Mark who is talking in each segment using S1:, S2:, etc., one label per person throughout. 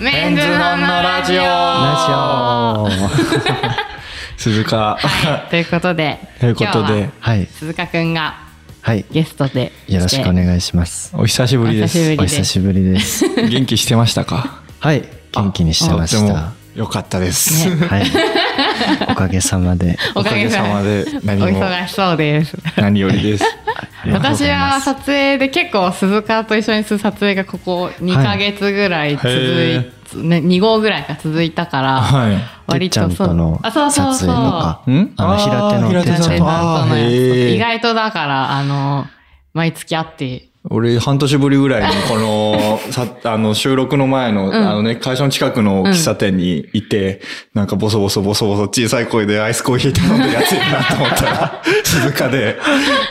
S1: メンズノンのラジオ
S2: ラジオ
S3: 鈴鹿、
S1: はいということで
S3: というこ
S1: 今
S3: とで
S1: 日は
S2: はい
S1: 鈴鹿くんが
S2: はい
S1: ゲストで
S2: よろしくお願いします
S3: お久しぶりで
S1: お久し
S3: す
S1: ぶ
S2: お
S1: りです
S2: 久しぶりです
S3: 元気してましたか
S2: はい元気にしてまし
S3: あ
S2: た
S3: でもよかったです、
S1: ね
S2: はいおかげさまで
S1: おかげさま
S3: おかげさまで何
S1: お
S3: も
S1: 忙しそうです
S3: 何よりです
S2: ありがとう ご
S1: 私
S2: ざいま
S1: は
S2: す
S1: 撮影で結構鈴鹿と一緒にする撮影がここ2ヶ月ぐらい続い、
S3: へ
S1: ね、2号ぐらいが続いたから、
S3: はい
S1: 割と
S2: てっち
S1: そ
S2: ゃ
S1: う
S2: んとの
S1: あそうそうそう
S2: 撮影とか
S3: ん
S2: あの平手の
S3: あー
S2: てっ
S1: 撮
S2: ちゃ
S1: 影担
S2: んと
S1: 当の
S3: あー
S1: やつ
S3: へー
S1: 意外とだからあの毎月会って
S3: 俺半年ぶりぐらいにこのさあの収録の前の,、あのね会社の近くの喫茶店にいて、なんかボソボソボソボソ小さい声でアイスコーヒー頼んでるやついるなと思ったら静かで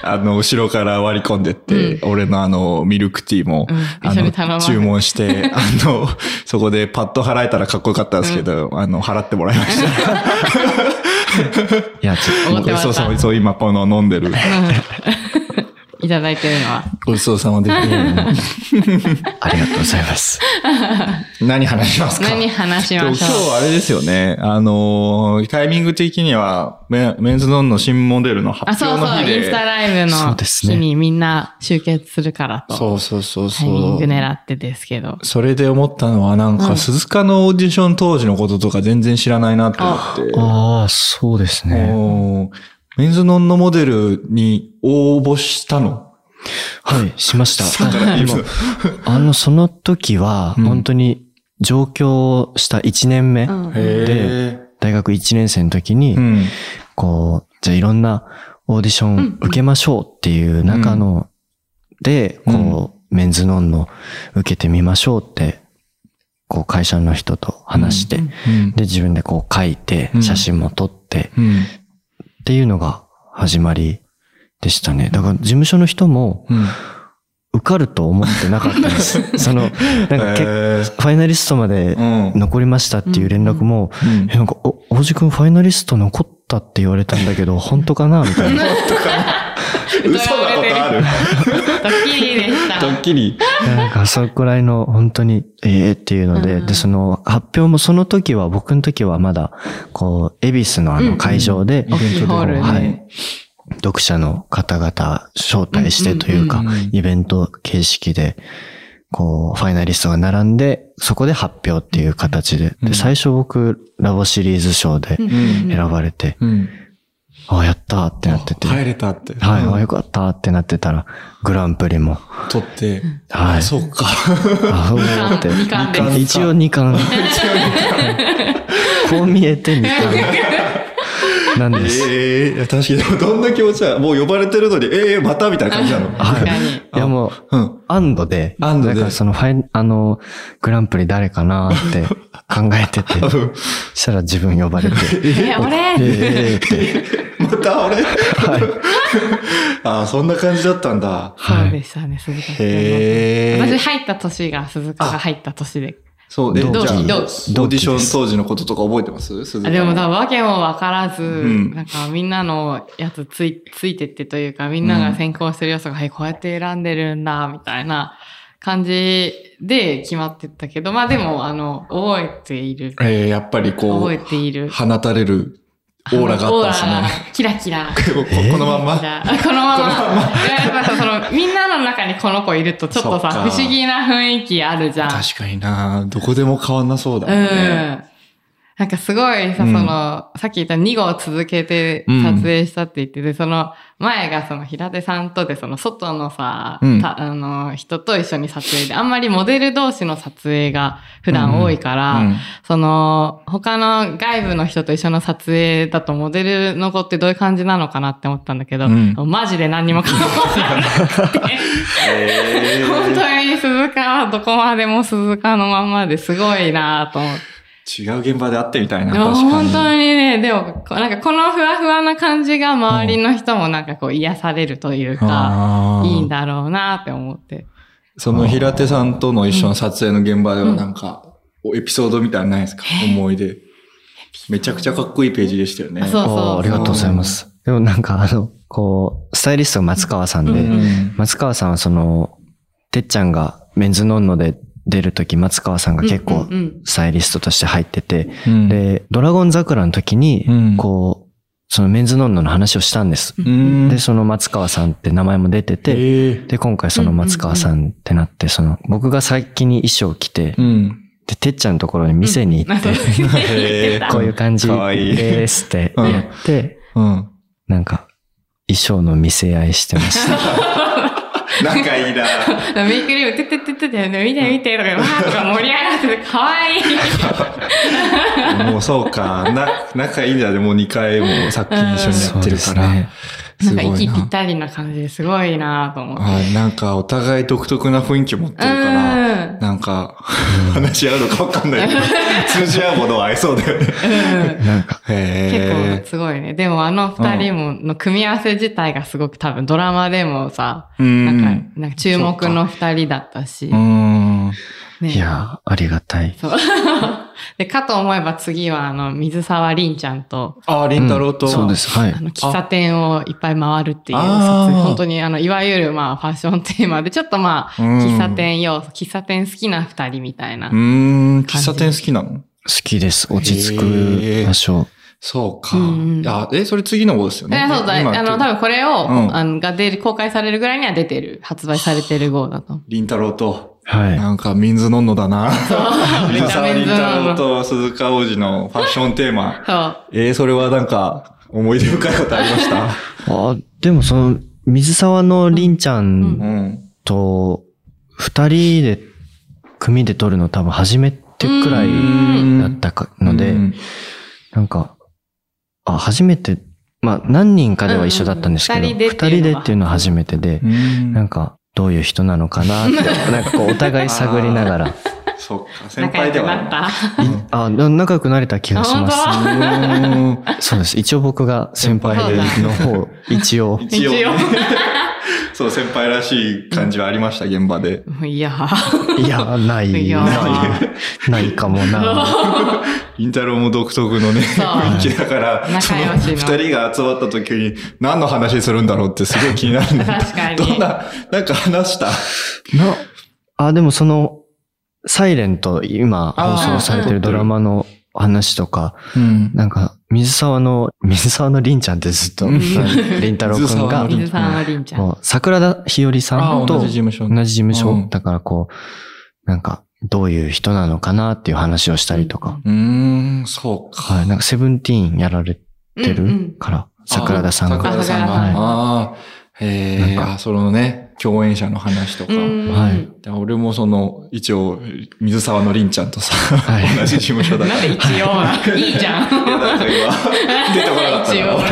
S3: あの後ろから割り込んでって、俺のあのミルクティーも、
S1: うん
S3: あ
S1: 一緒に
S3: の
S1: 頼まれて
S3: 注文してあのそこでパッと払えたらかっこよかったんですけど、あの払ってもらいました。
S2: いやち
S1: お
S2: ょっ
S1: ごってもらった
S3: そうそうそう今この飲んでる。
S1: いただいてるのは
S3: ごちそうさまで
S2: とありがとうございます
S3: 何話しますか
S1: 何話し
S3: でも
S1: まし
S3: 今
S1: ょ
S3: 日あれですよね。あのータイミング的には、メメンズノンの新モデルの
S1: うあ
S3: 発
S1: そう
S3: 表
S1: そう
S3: の日
S1: インス
S3: で。
S1: タライブ
S2: そ
S1: の
S2: うですね
S1: 日にみんな集結するからと
S3: そうそうそう
S1: タイミ
S3: そ
S1: ング
S3: う。
S1: 狙ってですけど
S3: それで思ったのは、なんか、鈴鹿のオーディション当時のこととか全然知らないなって思っ
S2: ああそうです
S3: て。
S2: ね
S3: おーメンズノンのモデルに応募したの。
S2: はいしました
S3: だから今
S2: あのその時は
S3: うん
S2: 本当に上京した1年目、
S1: うん
S3: へ
S2: 大学1年生の時に、
S3: ーうん。
S2: こう、じゃあいろんなオーディショ
S1: うん
S2: ン受けましょうっていう中の、で、こう、メンズノンの受けてみましょうって、こう会社の人と話して、
S3: うん
S2: で、自分でこう書いて
S3: う、ん
S2: 写真も撮って、
S3: うん。
S2: っていうのが始まりでしたね。だから事務所の人も
S3: うん。
S2: 受かると思ってなかった です。その、なんかけ、
S3: へ
S2: ファイナリストまで
S3: ーうん。
S2: 残りましたっていう連絡も、
S3: うん
S2: え、なんか、お、おじくんファイナリスト残ったって言われたんだけど、本当かなみたいな。
S3: 嘘なこと ある
S1: ドッキリでした
S3: ドッキリ。
S2: なんか、そこらいの、本当に、ええっていうの
S1: う
S2: で、
S1: ん
S2: で、その、発表もその時は、僕の時はまだ、こう、恵比寿のあ
S1: うんう
S2: の
S1: ん
S2: 会場で、
S1: 大きいホールで、
S2: はい読者の方々招待してという
S3: う
S2: か
S3: んうんうん、
S2: イベント形式で、こう、ファイナリストが並んで、そこで発表っていう形で、
S3: うん
S2: で、最初僕、ラボシリーズ賞で
S1: うん
S2: 選ばれて、
S3: うん。
S2: あ、やったーってなってて。
S3: 帰れたって。
S2: はい、
S3: うん
S2: あよかったってなってたら、グランプリも。
S3: 取って。
S2: はい
S3: あそうか。
S2: あ、そう思って。
S1: 二冠です
S2: 一応2冠。こう見えて2冠。なんです。
S3: ええいや確かに、でもどんな気持ちだもう呼ばれてるのに、ええまたみたいな感じなの。
S2: はい
S1: 確かに
S2: いやもう、
S3: うん。
S2: 安堵で、
S3: 安堵で
S2: なんかそのファイ、あの、グランプリ誰かなって考えてて、そ
S3: うん
S2: したら自分呼 ばれて、
S1: え俺、
S2: えーっ て、
S3: また俺、 ああ、そんな感じだったんだ。
S2: はい
S1: そうでしたね鈴鹿くん
S3: へ
S1: 私
S3: え。
S1: 入った年が鈴鹿が入った年で
S3: そうで、じゃあ、
S2: 同
S3: オ
S2: 期
S3: ー
S1: 同
S2: 期
S3: ディション当時のこととか覚えてます鈴鹿
S1: あでもだわけもわからず、
S3: ん
S1: なんかみんなのやつついついてってというかみんなが先行してる要素が、はいこうやって選んでるんだみたいな感じで決まってったけどまあでもあの覚えている
S3: ええやっぱりこ
S1: 覚え
S3: う、
S1: ている
S3: 放たれるオーラがあったんです
S1: オーラが
S3: ね。
S1: キラキラ
S3: ここのまんま。
S1: あ このまま。いややっぱその、みんなの中にこの子いると、ちょっとさ、
S3: そっか
S1: 不思議な雰囲気あるじゃん。
S3: 確かになどこでも変わんなそうだもん
S1: う
S3: ね。
S1: ん。なんかすごいさ、
S3: うん
S1: その、さっき言った2号続けて撮影したって言ってて、その前がその平手さんとで、その外のさ、
S3: うん
S1: たあの、人と一緒に撮影で、あんまりモデル同士の撮影が普段多いから、
S3: うん
S1: その、他の外部の人と一緒の撮影だとモデルの子ってどういう感じなのかなって思ったんだけど、
S3: うん
S1: マジで何にも考 えなくて。
S3: ええ
S1: 本当に鈴鹿はどこまでも鈴鹿のまんまですごいなと思って。
S3: 違う現場で会ってみたいな。
S1: でも
S3: 確かに。
S1: 本当にね、でも、こなんかこのふわふわな感じが周りの人もなんかこう癒されるというか、
S3: あー
S1: いいんだろうなって思って。
S3: その平手さんとの一緒の撮影の現場ではなんか、おエピソードみたいなのないですか、思い出。めちゃくちゃかっこいいページでしたよね。
S1: あそう
S2: おーありがとうございます。でもなんかあの、こう、スタイリストが松川さん
S1: う
S2: で
S1: ん、
S3: ん。
S2: 松川さんはその、てっちゃんがメンズノンノで出るとき、松川さんが結構
S1: うんうん
S2: スタイリストとして入ってて、
S3: うん、
S2: で、ドラゴン桜の時
S3: う
S2: に
S3: ん、
S2: こう、そのメンズノンノの話をしたんです。
S1: うん
S3: うん
S2: で、その松川さんって名前も出てて、
S3: えー
S2: で、今回その松川さんってなって、その、僕が先に衣装着て
S3: う、ん。
S2: で、てっちゃんのところに店に行っ て、
S3: へー
S2: こういう感じ
S3: かわいい
S2: ですって
S3: うん
S2: やって、
S3: うん。
S2: なんか、衣装の見せ合いしてま した。
S3: 仲いいな。
S1: メイクリーム、てってってってって、見て見てとか、わーとか盛り上がってて、かわいい。
S3: もうそうか。な、仲いいんだね。もう2回も作品一緒にやってる
S2: そ
S3: か
S2: うですね
S3: ら。
S1: な
S3: す
S1: んか
S3: ごい
S1: 息ぴっ
S3: な。
S1: たりな感じですごいなと思って。
S3: はい。なんかお互い独特な雰囲気持ってるから、なんか、話し合うのかわかんないけど、通じ合うものは合いそうだよね。
S1: うん。うん
S2: なんか、
S1: 結
S3: へ
S1: 構すごいね。でもあの二人もの組み合わせ自体がすごく多分ドラマでもさ、
S3: え。う
S1: なん
S3: ん。
S1: か、なんか注目の二人だったし。
S3: うん。
S1: ね
S2: いやー、ありがたい。
S1: そう。 で、かと思えば次はあの、水沢凛ちゃんと、
S3: あ、りんたろうと。
S2: そうです。はい
S1: あ。の、喫茶店をいっぱい回るっていう撮
S3: あ
S1: 影、
S3: ー
S1: 本当にあの、いわゆるまあ、ファッションテーマで、ちょっとまあ、
S3: うん
S1: 喫茶店要素、喫茶店好きな二人みたいな。う
S3: う
S1: ん
S3: ん。喫茶店好きなの
S2: 好きです。落ち着く場所。
S3: そうか
S1: うんうん。
S3: あ、え、それ次の号ですよ
S1: い
S3: ね
S1: や。そうだ、
S3: 今
S1: あの、多分これを、
S3: うん
S1: あの、が出る、公開されるぐらいには出てる、発売されてる号だと。
S3: りんたろうと。
S2: はい。
S3: なんか、ミンズノンノだな。
S1: めち
S3: リン
S1: ゃ
S3: サー・
S1: め
S3: リン
S1: ち
S3: タロ
S1: ゃ
S3: ウ。と鈴鹿王子のファッションテーマ。
S1: そう。
S3: えー、それはなんか、思い出深いことありました。
S2: あでもその、水沢のりんち ゃ
S3: うんん。
S2: と、二人で、組で撮るの多分初めてくらいだったかので、
S3: うん
S2: なんか、あ、初めて、まあ何人かでは一緒だったんですけど、
S1: うんうん二
S2: 二
S1: 人
S2: 人
S1: で
S2: で
S1: っ
S2: って
S1: い
S2: ていうう
S1: の
S2: の
S1: は
S2: は初めてで
S3: う、ん
S2: なんか、どういう人なのかなって、 なんかこう、お互い探りながら、
S3: そっか、先
S1: 仲
S3: 輩
S1: 良
S3: で
S1: く
S3: は
S1: なった。
S2: あ、な仲良くなれた気がしま
S1: あ
S3: うん
S2: す。そうです。一応僕が先輩
S1: そうだ
S2: の方、一応。
S3: 一応
S1: 一応。
S3: そう、先輩らしい感じはありました、現場で。
S1: 本当いや
S2: いや、ない。
S1: いや
S2: ないないかも な。
S3: インタローも独特のね、
S1: そう
S3: 雰囲気だから、そ
S1: 仲良しの
S3: 二人が集まった時に何の話するんだろうってすごい気になるんだ
S1: 確かに
S3: どんな、なんか話した
S2: な、あ、でもその、サイレント、今
S3: あ
S2: 放
S3: ー
S2: 送されてるドラマの話とか、
S3: うん。
S2: なんか、水沢の、水沢のりんちゃんってずっと、
S3: う
S2: り
S3: ん
S2: んたろうくん
S3: う
S2: が
S3: ん、
S1: 水沢のりんちゃん。
S2: こう桜田ひよりさんと同じ
S3: 務所
S2: 事務
S3: う
S2: 所
S3: ん
S2: だからこう、なんか、どういう人なのかなっていう話をしたりとか、
S3: うーん、そうか。
S2: はい、なんかセブンティーンやられ
S1: うん
S2: てるから、桜田さん
S3: あ桜
S2: が。
S3: 田さんが。
S1: はい
S3: ああ、へえ、
S2: なんか
S3: あそのね、共演者の話とか。
S1: うん
S2: はい
S3: で俺もその、一応、水沢のりんちゃんとさ、
S2: い
S3: 同じ事務所だか
S1: な
S3: ら。
S1: んで一応ないいじゃん。
S3: いやなんか今、出てこなかった
S1: 一応
S3: な俺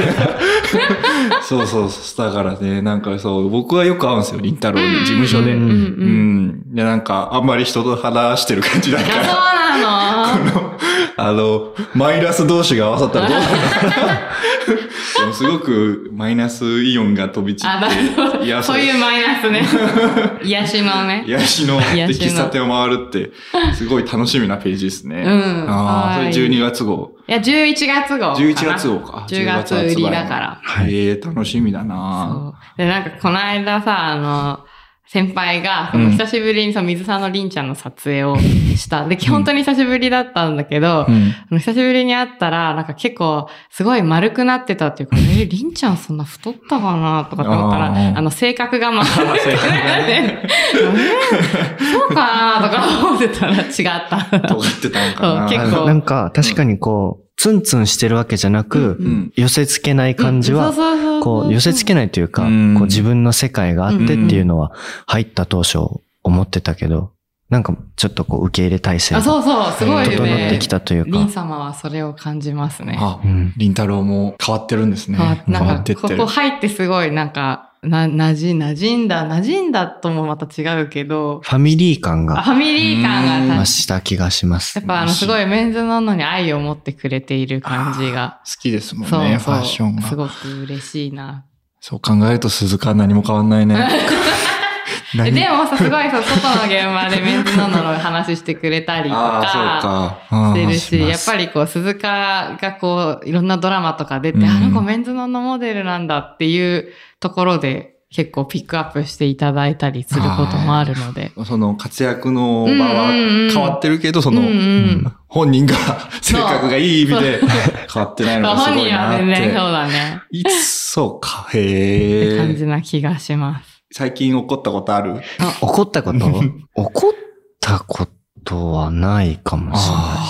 S3: そうそうそう、だからね、なんかそう、僕はよく会うんですよ、りんたろうに、事務所で。
S1: うんう
S3: うんん。で、なんか、あんまり人と話してる感じだ
S1: あ
S3: か
S1: そう
S3: ら、
S1: なの
S3: あの、マイナス同士が合わさったらどうなるのでもすごくマイナスイオンが飛び散
S1: あ、
S3: っ
S1: なるほ
S3: て、
S1: ど。そういうマイナ スね。癒しのね。
S3: 癒しの
S1: 癒しの
S3: 喫茶店を回るって、すごい楽しみなページですね。
S1: うん
S3: ああ、それ
S1: はい
S3: 12月号。
S1: いや、11月号かな。
S3: 11月号か。
S1: 10月売りだから。
S3: ら。ええ楽しみだな
S1: そうで、なんかこの間さ、あの、先輩が、その
S3: うん
S1: 久しぶりにその水沢のりんちゃんの撮影をした。で、本当に久しぶりだったんだけど、
S3: うん。
S1: あの久しぶりに会ったら、なんか結構、すごい丸くなってたっていうか、え、りんちゃんそんな太ったかなとかって思ったら、
S3: あ
S1: あ
S3: ー
S1: の、性格が丸くなってて、えそうかなとか思ってたら違った。
S3: 尖ってたのかな
S1: そう結構
S2: なんか、確かにこう、ツンツンしてるわけじゃなく、
S1: うん
S3: うん。
S2: 寄せ付けない感じは、こう、寄せ付け
S1: ない。
S2: ないというか、
S3: うん
S2: こう自分の世界があってっていうのは入った当初思ってたけど、なんかちょっとこう受け入れ体制
S1: あ、
S2: が
S1: そうそう、すごいよ
S2: 整って
S1: ね
S2: き。たという
S1: りん
S2: か、
S1: 様はそれを感じますね。
S3: あ
S2: う、ん、
S3: りんたろうも変わってるんですね。
S1: あ
S3: 変
S1: な
S3: わ
S1: ん
S3: って
S1: か、
S3: っ
S1: こ
S3: て
S1: こ
S3: る。
S1: 入ってすごい、なんか、な、なじ、馴染んだ、馴染んだともまた違うけど、
S2: ファミリー感
S1: あ
S2: が
S1: ファミリー感が確か
S2: 増
S1: に
S2: した気がします
S1: やっ。ぱあのすごいメンズなのに愛を持ってくれている感じが。
S3: 好きですもん
S1: そう
S3: ね、フ
S1: そう
S3: ァッション
S1: す
S3: が。
S1: ごく嬉しいな。
S3: そう考えると鈴鹿は何も変わ んないね。
S1: で
S3: 何
S1: でもさ、すごいさ、外の現場でメンズなのの話してくれたりとか。
S3: ああ、そうか。
S1: してるし、
S3: うん
S1: やっぱりこう、鈴鹿がこう、いろんなドラマとか出て、
S3: うん
S1: あの子メンズのモデルなんだっていうところで、結構ピックアップしていただいたりすることもあるので。
S3: その活躍の場は
S1: うんうんうん
S3: 変わってるけど、そ
S1: うん
S3: の、
S1: うん。
S3: 本人が性格がいい意味で変わってないのがす
S1: 本
S3: ごい
S1: 人は
S3: なっ
S1: 全然そう
S3: て。
S1: だね。
S3: いつそうか。
S1: って
S3: へ
S1: 感じ
S3: え。
S1: な気がします。
S3: 最近怒ったことある
S2: 怒った こと怒ったことはないかもしれない。
S3: あ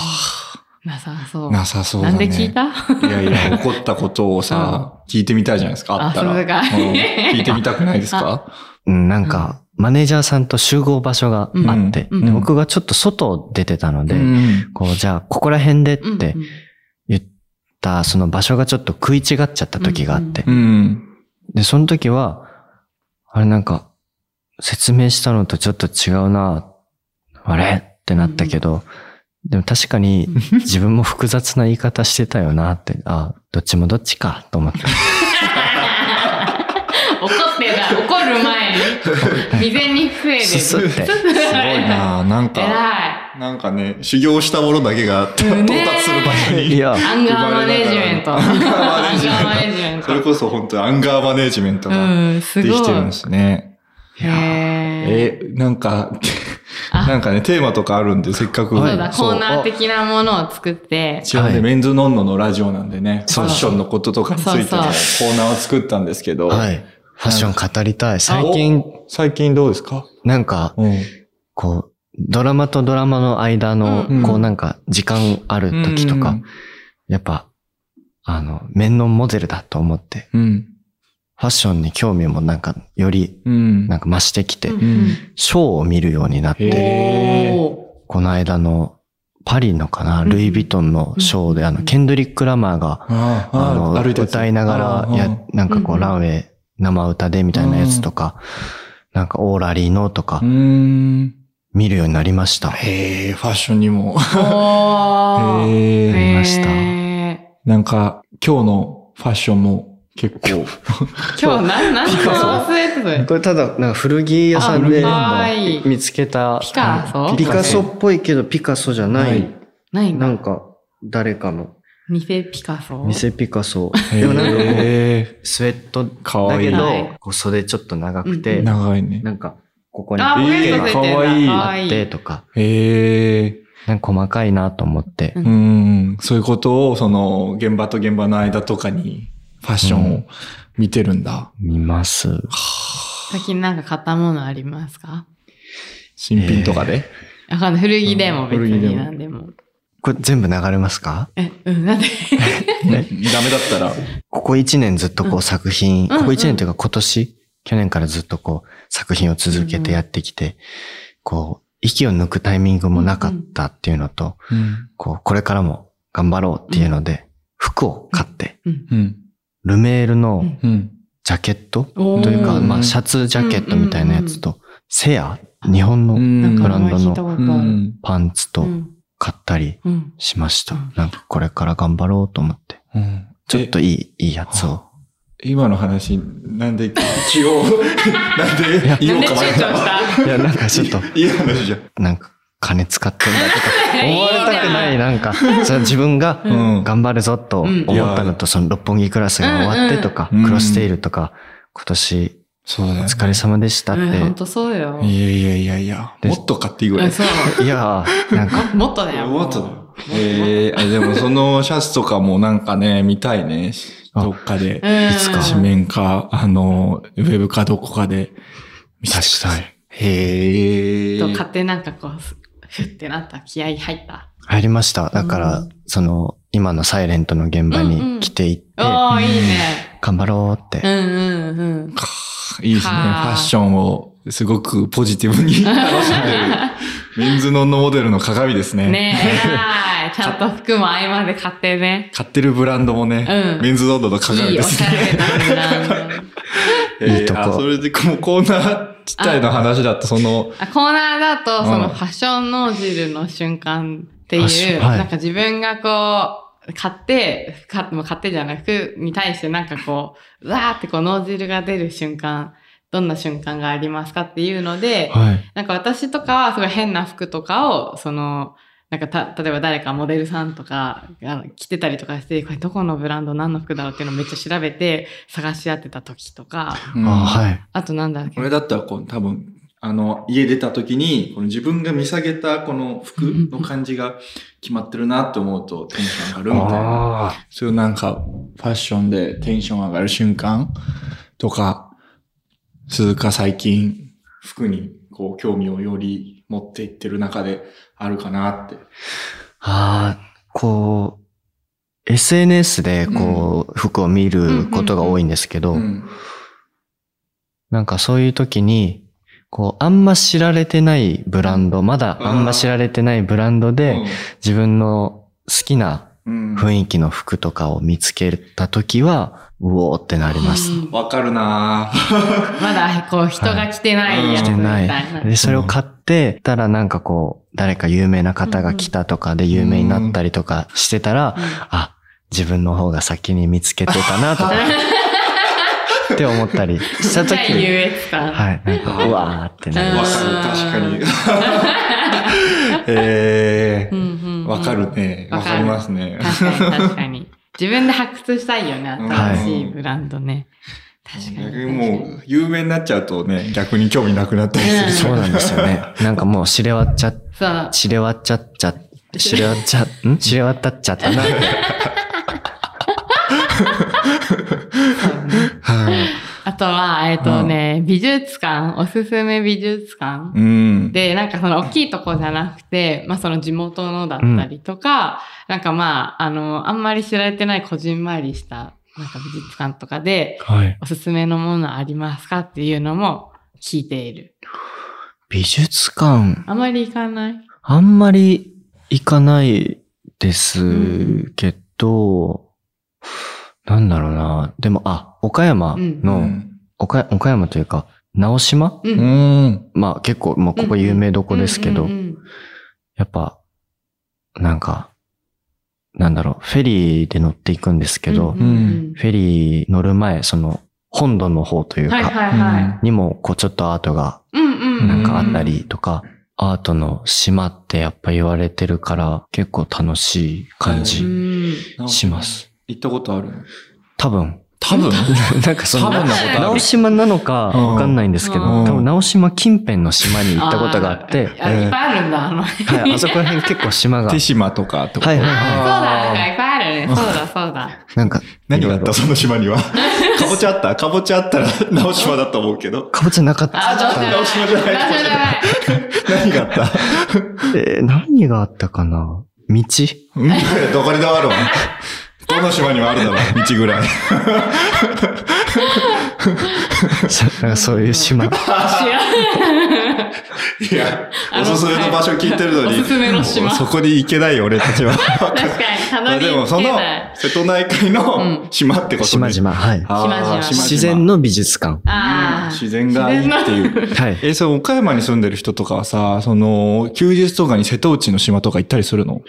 S1: なさそ
S3: あ、
S1: う。
S3: なさそうだ
S1: な
S3: ね。
S1: んで聞いた
S3: いやい や、怒ったことをさ、聞いてみたいじゃないですか。あ
S1: あ、
S3: った
S1: す
S3: ら。うん
S1: が。
S3: 聞いてみたくないですか
S2: うん、なんか、マネージャーさんと集合場所があって、
S1: うん
S2: で
S1: うん
S2: 僕がちょっと外出てたので、
S3: うん
S2: こう、じゃあ、ここら辺でっ
S1: うんうん
S2: て言った、その場所がちょっと食い違っちゃった時があって
S3: う、ん。
S2: で、その時は、あれなんか、説明したのとちょっと違うな、あれってなったけど、でも確かに
S1: うん
S2: 自分も複雑な言い方してたよなって、あ、どっちもどっちかと思って。
S1: 怒ってた。怒る 前に。未然に防いでる。
S2: すすって。
S3: すごい ななんか、
S1: 偉
S3: なんかね、修行したものだけが到
S1: ね
S3: 達する場 所
S2: い
S3: に。
S2: や
S1: い。、アンガーマネジメント。
S3: アンガーマネジメント
S1: アンガーマネジメント
S3: それこそ本当にアンガーマネジメントが
S1: うん、す
S3: で
S1: ごい。
S3: きてるんですね。
S1: へえ。
S3: え、なんか、
S1: あ
S3: なんかね、テーマとかあるんで、せっかく。
S1: そうだ、コ
S3: そう
S1: ーナー的なものを作って、
S3: 一応ね、
S2: はい
S3: メンズノンノのラジオなんでね、フ
S2: そ
S3: ァ
S2: う
S3: ッションのこととかについてのコ
S1: そう
S3: ーナーを作ったんですけど、
S2: はい。ファッション語りたい。最
S3: お
S2: 近、、
S3: 最近どうですか
S2: なんか、
S3: うん。、
S2: こう、ドラマとドラマの間の
S1: うん
S2: こうなんか、時間ある時とか、やっぱ、あの、面のモデルだと思って、
S3: うん。
S2: ファッションに興味もなんか、より、
S3: うん。
S2: なんか増してきて
S1: う、
S3: ん
S2: ショーを見るようになっ
S3: へ
S2: て、
S3: え
S1: お
S2: この間の、パリのかな、
S1: うん
S2: ルイ・ヴィトンのショーで、あ
S1: う
S2: の、
S1: ん
S2: ケンドリック・ラマーが、
S3: あ
S2: あの、
S3: 歩たやつ
S2: 歌いなが
S3: あ
S2: ら、や、なんかこ
S1: う
S2: う、
S1: ん
S2: ランウェイ生歌でみたいなやつとか、なんか、オーラリーのとか
S3: う、ん。
S2: 見るようになりました。
S3: へえ、ファッションにも。
S1: ー。おー。
S3: へえ。
S2: りました
S1: へ
S3: なんか、今日のファッションも結構。
S1: ー今日何、何の忘れてた
S2: これただ、なんか古着屋さんで
S1: あ可愛い
S2: 見つけた、
S1: ピカソ
S2: ピカソっぽいけどピカソじゃない、
S1: 何
S2: な
S1: が
S2: んか、誰かの、
S1: 偽ピカソ
S2: 偽ピカソ。
S3: へ
S2: でもなんかこう、
S3: え。
S2: スウェット
S3: か
S2: だ
S3: わい
S2: け
S3: い。
S1: はい
S2: ど、こう袖ちょっと長くて、
S3: 長いね。
S2: なんか、ここに
S1: あ、
S2: あ
S1: ポケ
S3: え
S1: ッ
S3: ー
S1: トついてんだ
S3: かわいい
S1: かわい
S2: っ
S1: い。
S2: てとか、
S3: へえ。
S2: なんか細かいなと思って
S1: うん、
S3: うん。そういうことを、その、現場と現場の間とかに、ファッションを見てるんだ。
S2: 見ます。
S1: 最近なんか買ったものありますか
S3: 新品とかで。
S1: わかんない。古着でも別
S3: 古着でも
S1: に何でも。
S2: これ全部流れますか
S1: え、うん、なんで
S3: ねダメだったら。
S2: ここ一年ずっとこう作品、
S1: うん
S2: ここ一年というか今年、去年からずっとこう作品を続けてやってきて、こう、息を抜くタイミングもなかったっていうのと、
S3: うん。
S2: こう、これからも頑張ろうっていうので、服を買って、
S1: うん。
S3: うん。
S2: ルメール
S1: う
S2: の
S1: ん
S3: うん。
S2: ジャケット
S1: おー
S2: というか、
S3: うん
S2: まあ、シャツジャケットみたいなやつと、セア、日本
S3: う
S2: の
S1: なん
S3: ん
S1: か
S2: ブラン
S1: 名
S2: ドの
S1: 前聞いたことあ
S3: う
S1: る
S3: ん。
S2: パンツと
S1: うん
S2: 買ったり
S1: うん。
S2: しました
S1: うん。
S2: なんかこれから頑張ろうと思って、
S3: うん
S2: ちょっといい、いいやつを。
S3: 今の話、なんで一 応、なんで言
S1: な
S3: お
S1: ん
S3: う
S1: で躊
S3: か
S1: 躇
S3: 迷
S1: し
S3: った
S2: いや、なんか ちょっと、
S3: た。いい話じゃん。
S2: なんか金使ってんだとか、思われたくない、
S1: な。
S2: なんか、その自分が
S3: うん
S2: 頑張るぞと思ったのと、その六本木クラスが終わってとか、
S3: うんうん
S2: クロステイルとか、今年
S3: そうだよ
S2: お
S3: ね
S2: 疲れ様でしたっ
S1: うん、ほん
S2: て。
S1: とそうよ。
S3: いやいやいやいや、
S2: で
S3: もっと買っていいぐ
S1: う
S3: らい
S1: ん、。そう。
S2: いやー、な んか、
S1: もっとだよ。
S3: もっとだよ。えー、でもそのシャツとかもなんかね、見たいね。
S2: あ
S3: どっかで。
S1: うん
S2: いつか
S3: 紙面か、あの、ウェブかどこかで見
S2: 出した
S3: い。
S2: い。
S3: へ
S1: と
S3: ー
S1: 買ってなんかこう、ふってなった。気合入った。
S2: 入りました。だから、
S1: うん
S2: その、今のサイレントの現場
S1: うんうん
S2: に来ていって、
S1: おー、いいね。
S2: 頑張ろうっ
S1: う
S2: て。
S1: んうんうん。
S3: いいですね。フ
S1: はあ
S3: ァッションをすごくポジティ ブに楽しんでる。メンズノンノモデルの鏡ですね。
S1: ねえ、偉い。ちゃんと服も合間で買ってね。
S3: 買ってるブランドもね、
S1: うん
S3: メンズノンノの鏡
S1: いい
S3: で
S1: お
S3: す
S1: し
S3: ね
S1: ゃ。れなブランド。
S2: いいとこ
S3: えーあそれで、こうこんなちっちゃいの話だと、その、
S1: あコーナーだと、その
S3: うん
S1: ファッション脳汁の瞬間ってい
S2: ファッショ
S1: う、
S2: ンはい
S1: なんか自分がこう、買って、かもう買ってじゃなく、に対してなんかこう、うわーってこう脳汁が出る瞬間、どんな瞬間がありますかっていうので、
S2: はい。
S1: なんか私とかはすごい変な服とかを、その、なんかた、例えば誰かモデルさんとかが着てたりとかして、これどこのブランド何の服だろうっていうのをめっちゃ調べて探し合ってた時とか、
S3: うん
S2: あはい。
S1: あとなんだっけ
S3: これだったら、こう、多分、あの、家出た時に、この自分が見下げたこの服の感じが決まってるなって思うとテンション上がるみたいな。
S2: あ
S3: そういうなんか、ファッションでテンション上がる瞬間とか、鈴鹿最近、服にこう、興味をより持っていってる中であるかなって。
S2: あ。ああ、こう、SNS でこう、服を見ることが多いんですけど、
S3: うん。
S2: なんかそういう時に、こう、あんま知られてないブランド、まだあんま知られてないブランドで、自分の好きな
S3: うん。
S2: 雰囲気の服とかを見つけた時は、うおーってなります。
S1: うん
S3: わかるなぁ。
S1: まだこう人が着てないやつ
S2: 着て
S1: みた
S2: ないい
S1: な。
S2: で、それを買ってたらなんかこう、誰か有名な方が来たとかで有名になったりとかしてたら、あ、自分の方が先に見つけてたな とか、って思ったりした
S1: 高い優
S2: 時
S1: 越感。
S2: はい、なんか、うわーってなり
S3: わ
S2: ま
S3: か
S2: す。
S3: る、確かに。え
S1: うんう
S3: え
S1: んうん
S3: わかる。ね。
S1: わ
S3: わ
S1: かる
S3: かりますね。
S1: 確かに確かに。自分で発掘したいよね、新しいブランドね。確かに。
S3: 逆にもう、有名になっちゃうとね、逆に興味なくなったりする。
S2: そうなんですよね。なんかもう知れわっちゃ、
S1: そう。
S2: 知れわっちゃっちゃ、知れわっちゃ、ん知れわったっちゃったな。
S1: そうね
S3: はい。
S1: あとは、えっとね、美術館、おすすめ美術館。
S3: うん。
S1: で、なんかその大きいとこじゃなくて、まあその地元のだったりとか、なんかまあ、あの、あんまり知られてないこじんまりした、なんか美術館とかで、
S2: はい。
S1: おすすめのものありますかっていうのも聞いている。
S2: 美術館、
S1: あまり行かない
S2: あんまり行かないですけど、なんだろうな。でも、あ、岡山
S3: う
S2: の、
S3: ん。
S2: 岡岡山というか、直島
S1: う。
S3: うんん。
S2: まあ結構、まあここ有名どこですけど、
S1: うんうんうん
S2: やっぱ、なんか、なんだろう、フェリーで乗っていくんですけど、
S1: うんうん
S2: フェリー乗る前、その、本土の方という
S1: うん
S2: か、
S1: はいはいは
S2: にも、こう、ちょっとアートが、
S1: い。うんうんうん。
S2: なんかあったりとか、アートの島ってやっぱ言われてるから、結構楽しい感
S1: う
S2: じ
S1: ん。
S2: します。
S3: 行ったことある
S2: 多分。
S3: 多分
S2: なんかそ
S3: 多分
S2: の、
S3: なことある。
S2: 直島なのかわかんないんですけど、
S1: うん
S2: 多分直島近辺の島に行ったことがあって、
S1: ーいっぱいあるんだ、あの。
S2: はい、あそこら辺結構島 が。は
S3: 手
S2: い
S3: 島とかってこと
S2: はい
S1: そう
S2: は
S1: だ、なんかいっぱいあるね。そうだ、そうだ。
S2: い。なんか、
S3: 何があっ
S2: いろい
S3: た
S2: ろ
S3: その島には。かぼちゃあったかぼちゃあったら直島だと思うけど。
S2: かぼちゃなかった。
S1: あ、どうしよう。
S3: 直島じゃない
S1: どうしようじゃない。
S3: 何があった
S2: えー何があったかな道
S3: うんどこにでもあるわ。どの島にもあるだろう。道ぐらい。
S2: そなんかそういう島。
S1: 知ら
S3: いや、
S1: あ
S3: お
S1: の
S3: すすめの場所聞いてるのに。
S1: おすすめの島
S3: そこに行けないよ、俺た ちは。
S1: 確かに、た
S3: ま
S1: ど
S3: あ
S1: り
S3: でも、
S1: 着
S3: そ
S1: け
S3: の
S1: ない。、
S3: 瀬戸内海
S1: うん
S3: の島ってことね。
S2: 島々、はい。
S3: あー
S1: 島々
S2: 自然の美術館。
S1: ああ。
S3: 自然がいいって
S1: う。
S3: いう。
S2: はい。
S3: え、そう、岡山に住んでる人とかはさ、その、休日とかに瀬戸内の島とか行ったりするの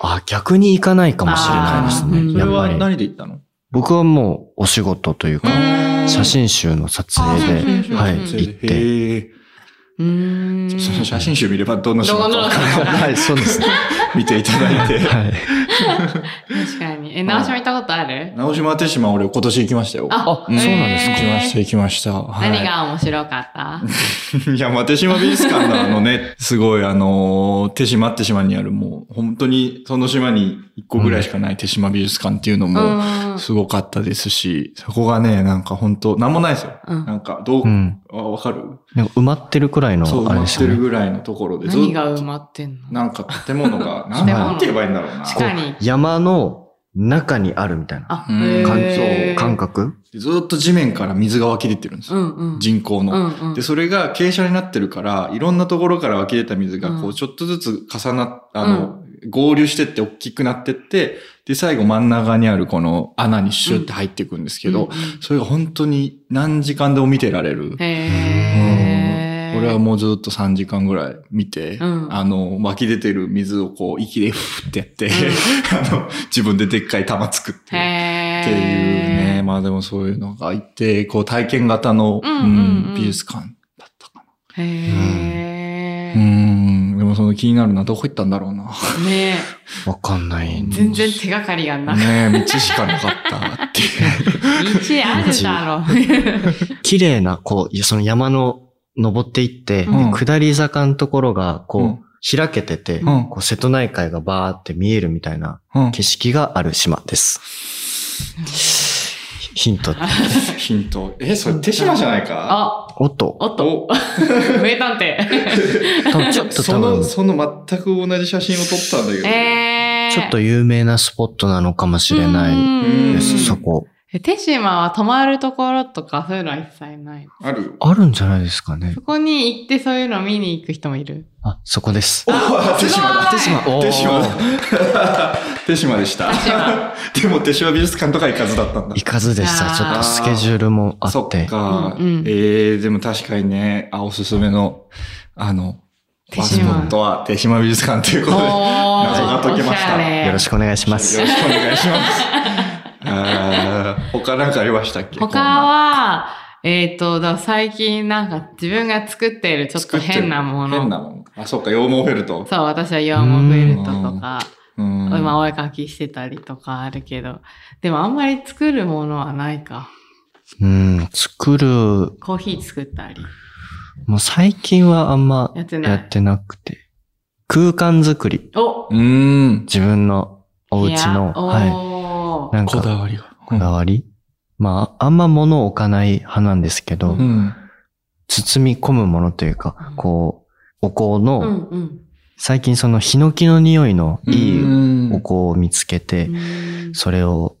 S2: あ、逆に行かないかもしれないです
S1: あーうん
S2: ね。
S3: それ
S2: や
S3: は
S2: っぱり。
S3: 何で行ったの
S2: 僕はもうお仕事というか、
S1: うん
S2: 写真集の撮
S1: あ
S2: 影
S1: ー
S2: で、
S1: うん
S2: はい、
S1: うん
S2: 行って。
S3: て。
S1: うーん。
S3: その写真集見ればどの島かわかる
S2: はい、そうですね。
S3: 見ていただいて。
S2: はい。
S1: 確かに。え、直島行ったことある
S3: 直島手島俺今年行きましたよ。
S1: あ
S2: そうなんです
S1: へー
S3: 行
S2: か
S3: きました、行きました。はい
S1: 何が面白かった
S3: いや、まあ、手島美術館のあのね、すごいあのー手島って島にあるもう、本当にその島に一個ぐらいしかない手島美術館っていうのも、
S1: ん
S3: すごかったですし、そこがね、なんか本当なんもないですよ。
S1: うん
S3: なんか、どう、
S2: うん。
S3: あわかる
S2: なんか埋まってるくらいの
S3: そう、埋
S2: あれ
S3: ま
S2: で
S3: っ
S2: す
S3: て
S2: よ
S3: る
S2: ね。
S3: ぐらいのところで、ずっ
S1: 何が
S3: と
S1: 埋まってんの
S3: なんか建物 が、なん
S1: 建
S3: な
S1: 物
S3: んて言えばいいんだろうな。
S1: 確かに。
S2: 山の中にあるみたいな
S1: あ、
S3: うん
S1: へ
S2: 感
S1: ー
S2: 感。覚
S3: ずっと地面から水が湧き出てるんです
S1: う
S3: よ。
S1: んうん。
S3: 人工の。
S1: うんうん
S3: で、それが傾斜になってるから、いろんなところから湧き出た水が、こ
S1: うん
S3: う、ちょっとずつ重なっ、あの、合流してって大きくなってって、で、最後真ん中にあるこの穴にシュって入っていくんですけど、
S1: うんうん
S3: それが本当に何時間でも見てられる。
S1: へー
S3: 俺はもうずっと3時間ぐらい見て、
S1: うん
S3: あの、湧き出てる水をこう、息でふーってやって、 あの、自分ででっかい玉作って、
S1: へー
S3: っていうね。まあでもそういうのがいて、こう体験型の、
S1: うんうんうん
S3: 美術館だったかな。
S1: へ
S3: う
S1: ー
S3: ん。でもその気になるな。どこ行ったんだろ うな。
S1: ね
S2: わかんない。
S1: え、全然手がかりがなく
S3: ねえ、道しかなかったってい う。
S1: 道あるだろう。
S2: 綺麗な、こう、いやその山の登っていって、
S1: うん
S2: 下り坂のところが、こう、
S3: うん
S2: 開けてて、
S3: うん
S2: こう瀬戸内海がバーって見えるみたいな
S3: うん
S2: 景色がある島です。ヒント。
S3: ヒント。え、それ手島じゃないか
S1: あ、
S2: おっと、
S1: おっと、
S3: お
S1: 名探偵。
S2: 多分ちょっと
S3: そ
S2: 多分、
S3: の、
S2: ち
S3: その全く同じ写真を撮ったんだけど。
S1: えー、
S2: ょっと有名なスポットなのかもしれない
S1: い
S2: で
S3: う
S2: す、
S3: ん
S2: そこ。
S1: 手島は泊まるところとかそういうのは一切ない。
S3: ある
S2: あるんじゃないですかね
S1: そ。こに行ってそういうのを見に行く人もいる。
S2: あ、そこです。
S3: お手島だ。
S1: 手島
S2: おー
S3: 手島だ。手島 でした
S1: 手島。
S3: でも手島美術館とか行かずだったんだ
S2: 行。かずでした。
S1: あー
S2: ちょっとスケジュールもあ
S3: そ
S2: っ。
S3: ってか。
S1: うんうん
S3: えー、でも確かにね、あ、おすすめの、あの、
S1: 手
S3: パスポ
S1: 島
S3: ッ。トは手島美術館ということで。よ
S1: お
S3: 謎が解けました
S2: よろし
S1: く。
S2: くお願いしま
S3: ろしく
S2: す。
S3: お願いします。あー他なんかありましたっけ
S1: 他は、えっ、と、だから最近なんか自分が作っているちょっと変なも
S3: 変な
S1: の。
S3: もの。あ、そうか、羊毛フェルト。
S1: そう、私は羊毛フェルトとか、
S3: うん
S1: 今お絵描きしてたりとかあるけど、でもあんまり作るものはないか。
S2: うん、作る
S1: コーヒー作ったり。
S2: もう最近はあんま
S1: やってない
S2: やってなくて。空間作り。
S1: お
S3: うーん。
S2: 自分のお家の、
S1: お
S2: はい。なん
S3: こだ
S2: か、
S3: わりが。
S2: こだわり。まあ、あんま物を置かない派なんですけど、
S3: うん。
S2: 包み込むものというか
S1: うん、
S2: こう、お香
S1: う
S2: の、
S1: んうん。
S2: 最近そのヒノキの匂いのいいお
S3: い
S2: 香を見つけて
S1: う、ん
S2: それを、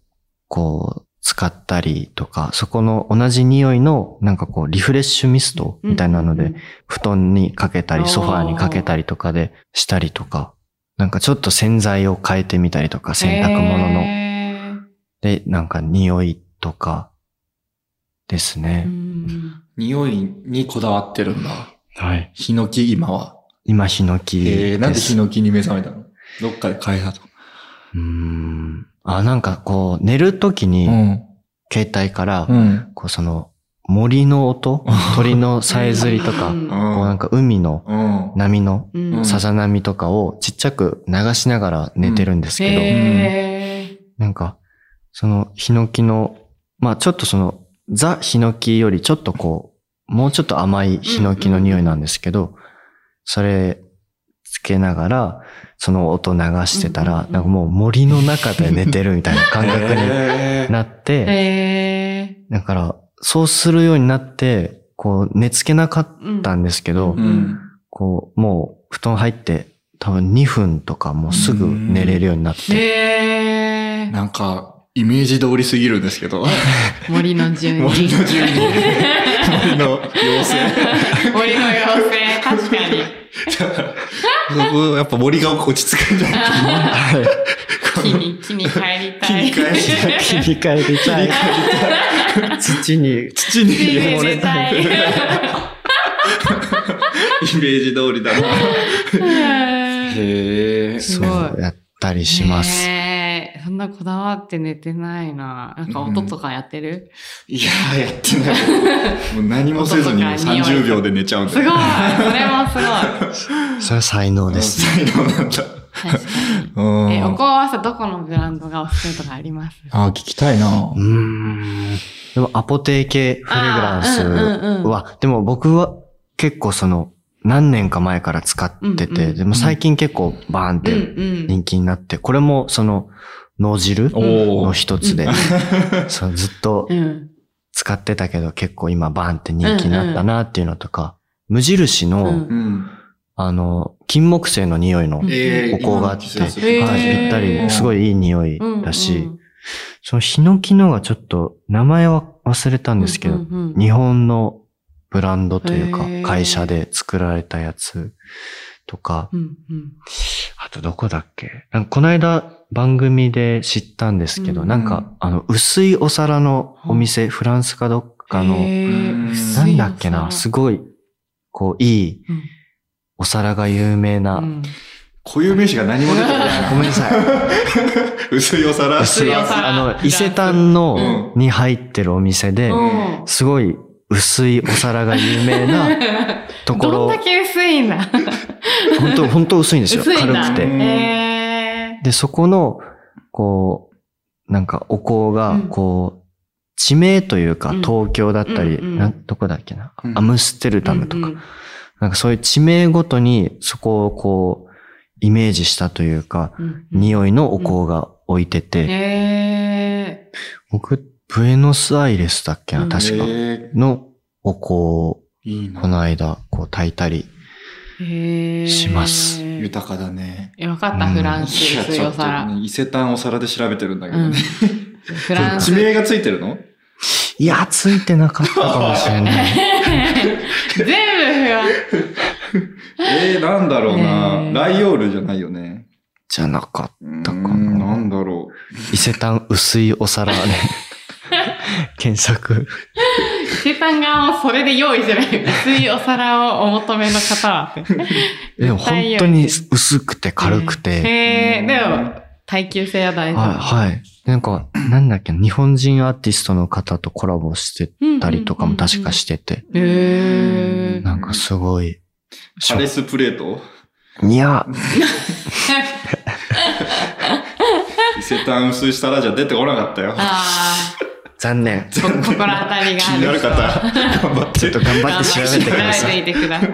S2: こう、使ったりとか、そこの同じ匂いの、なんかこう、リフレッシュミストみたいなので、、布団にかけた
S1: おー
S2: り、ソファーにかけたりとかでしたりとか、なんかちょっと洗剤を変えてみたりとか、洗濯物の。
S1: の。
S2: で、なんか匂いとかです
S1: う
S2: ね。
S1: ん
S3: 匂いにこだわってるんだ。
S2: はい。
S3: ヒノキ、今は。
S2: 今、ヒノキです。
S3: えー、なんでヒノキに目覚めたのどっかで変えたと。
S2: うーん。あ、なんかこう、寝るときに、
S3: ん。
S2: 携帯から、
S3: うん。
S2: こうその、森の音鳥のさえずりとか
S1: う、ん
S2: こうなんか海の
S3: うん。
S2: 波の
S1: うん
S2: さざ波とかをちっちゃく流しながら寝てるんですけど、
S1: へー
S2: なんか、その、ヒノキの、まあちょっとその、ザ・ヒノキよりちょっとこう、もうちょっと甘いヒノキの匂いなんですけど、それつけながら、その音流してた
S1: うんうん
S2: ら
S1: う、ん
S2: なんかもう森の中で寝てるみたいな感覚 に
S3: えー
S2: なって、
S1: へー
S2: だから、そうするようになって、こう、寝つけなかっ
S1: うん
S2: たんですけど
S1: う、ん
S2: こう、もう布団入って、多分2分とかもうすぐ寝れるようになって、
S1: へー
S3: なんか、イメージ通りすぎるんですけど。
S1: 森の住人。
S3: 森の住人。森の妖精。
S1: 森の妖精。確かに。
S3: そこやっぱ森が落ち着くんじゃない
S1: 木に、木に帰り
S3: 木
S1: たい。
S3: に帰り
S2: 切り替えてたい。 土に
S3: 土に
S1: 木に
S3: 埋も
S1: 入
S3: れ
S1: れ
S3: た
S1: たい。
S3: イメージ通りだな。
S1: へー
S3: へえ。
S1: す
S2: そ
S1: ごいう
S2: やったりします。
S1: へーそんなこだわって寝てないな。なんか音とかやってる、
S3: いやー、やってない。もう何もせずに
S1: 音とか匂い
S3: 30秒で寝ちゃうんだ
S1: すごいそれもすごい
S2: それは才能です。
S3: 才能なんだ。
S1: 確かに。
S3: うん
S1: え、お香はさ、どこのブランドがおすすめとかあります
S3: あー、聞きたいな
S2: うーん。でもアポテー系フレグランス
S1: あーうんうんうん
S2: は、でも僕は結構その何年か前から使ってて、
S1: うんうん
S2: でも最近結構バー
S1: う
S2: ンっ
S1: ん
S2: て
S1: うん。
S2: 人気になって、これもその脳汁
S3: お
S2: の
S3: ー。
S2: 一つで、
S1: うん
S2: そうずっと
S1: うん。
S2: 使ってたけど結構今バーンって人気になったなっていうのとか、無印の、
S1: うん
S3: うん。
S2: あの、金木犀の匂いの、
S1: うん
S3: えー
S2: お香があって
S3: 今の季節
S1: へー
S2: はい、ぴったり、すごいいい匂い
S1: うん
S2: だし、そのヒノキのがちょっと、名前は忘れたんですけど、
S1: うんうんうん
S2: 日本のブランドというか
S1: へー、
S2: 会社で作られたやつとか、
S1: うんうん
S2: あとどこだっけなんかこの間番組で知ったんですけど、
S1: うん
S2: なんか、あの、薄いお皿のお店、フランスかどっか
S1: へ
S2: の、
S1: ー
S3: うん
S1: 薄
S2: ないん
S1: お皿
S2: だっけな、すごい、こう、いい
S1: うん
S2: お皿が有名な、
S1: うん
S3: 固有名詞が何も出てこない。
S2: ごめんなさい。
S3: 薄いお皿。
S2: 薄い
S1: お皿
S2: あの、伊勢丹の、に入ってるお店で、
S1: うん
S2: すご い薄いお皿が有名なとこ
S1: どん
S2: ろ
S1: だけ薄いんだ。
S2: 本当本当薄いんですよ。
S1: 薄いん
S2: 軽
S1: だ
S2: くて。
S1: え
S2: で、そこの、こう、なんかお香が
S1: う、ん
S2: こう、地名というか、
S1: うん
S2: 東京だったり、
S1: うんうん
S2: なん、どこだっけな、
S3: うん
S2: アムステル
S1: ー
S2: ダムとか、
S1: うんうん
S2: なんかそういう地名ごとに、そこをこう、イメージしたというか、
S1: うんうん
S2: 匂いのお香が置いてて、
S1: え
S2: 僕、ブエノスアイレスだっけ
S1: う
S2: な、
S1: ん
S2: 確か、
S3: え
S2: のお香を、
S3: ーいいな
S2: こ。の間、こう炊いたり。
S1: ーえー
S2: します
S1: え、
S3: 豊かだね。
S1: わかった、
S2: うん
S1: フラン
S3: い
S1: ス、
S3: や、
S1: そう
S3: ち
S1: い
S3: ょ
S1: うお
S3: っと
S1: 皿。
S3: ね、伊勢丹お皿で調べてるんだけどね。
S1: フランス
S3: 地。名がついてるの
S2: いや、ついてなかったかもしれ ない。
S1: 全部フランス。
S3: えー、なんだろう
S1: ね
S3: な。
S1: え
S3: ライオールじゃないよね。
S2: じゃなかっ
S3: うーん
S2: だから
S3: なんだろ
S2: た。伊勢丹薄いお皿 ね。検索。
S1: 伊勢丹側もそれで用意してない。薄いお皿をお求めの方は。
S2: でも本当に薄くて軽くて。
S1: へえ
S3: うん
S1: でも、耐久性は大事。
S2: はい、はい。なんか、なんだっけ、日本人アーティストの方とコラボしてたりとかも確かしてて。
S1: うんうんうんうん。へえ
S3: うん
S2: なんかすごい。
S3: う。パレスプレート
S2: いや、
S3: 伊勢丹薄い皿じゃ出てこなかったよ。
S1: ああ、
S2: 残念。
S1: こ心当たりがある。
S3: 気になる方、頑張って。
S2: ちょっと頑張
S1: 頑
S2: って調
S1: 張
S2: べ
S1: って
S2: てくだ
S1: 調
S2: さ
S1: べ
S2: い。
S1: ていてください。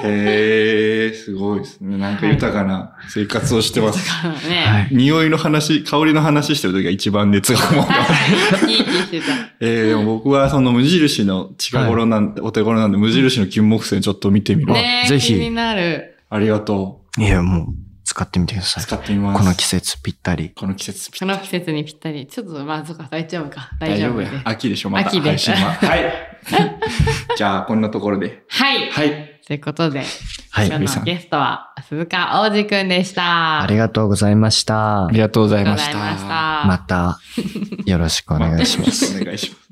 S3: へえ、すごいですね。なんか豊かな生活をしてます。
S1: ね、
S2: はい。
S3: 匂いの話、香りの話してる時が一番熱がこ もる。
S1: 確かに、生き生きしてた。
S3: えー、でも僕はその無印の近頃なんで、お手頃なんで、無印の金木犀ちょっと見てみる。
S1: ね
S2: ぜひ
S1: 気になる。
S3: ありがと
S2: いや、もう、使ってみてくださ
S3: う。
S2: い。
S3: 使ってみます。
S2: この季節ぴったり。
S3: この季節ぴ
S1: こ
S3: った
S1: の
S3: り
S1: 季節にぴったり。ちょっと、まあ、そうか、大丈夫か。大
S3: 大
S1: 丈
S3: 丈
S1: 夫
S3: 夫
S1: で
S3: や
S1: す。。
S3: 秋でしょ、また
S1: 秋で
S3: 配信は。 はい。じゃあ、こんなところで。
S1: はい。
S3: はい。
S1: ということで、
S2: はい。
S1: 今
S3: ゆい
S1: 日
S3: さ
S1: の
S3: ん
S1: ゲストは、鈴鹿王子くんでした。
S2: ありがとうございまし
S3: がとうござ
S2: た。
S1: ありがとうございました。
S2: また、よろしくお願いします。
S3: お願いします。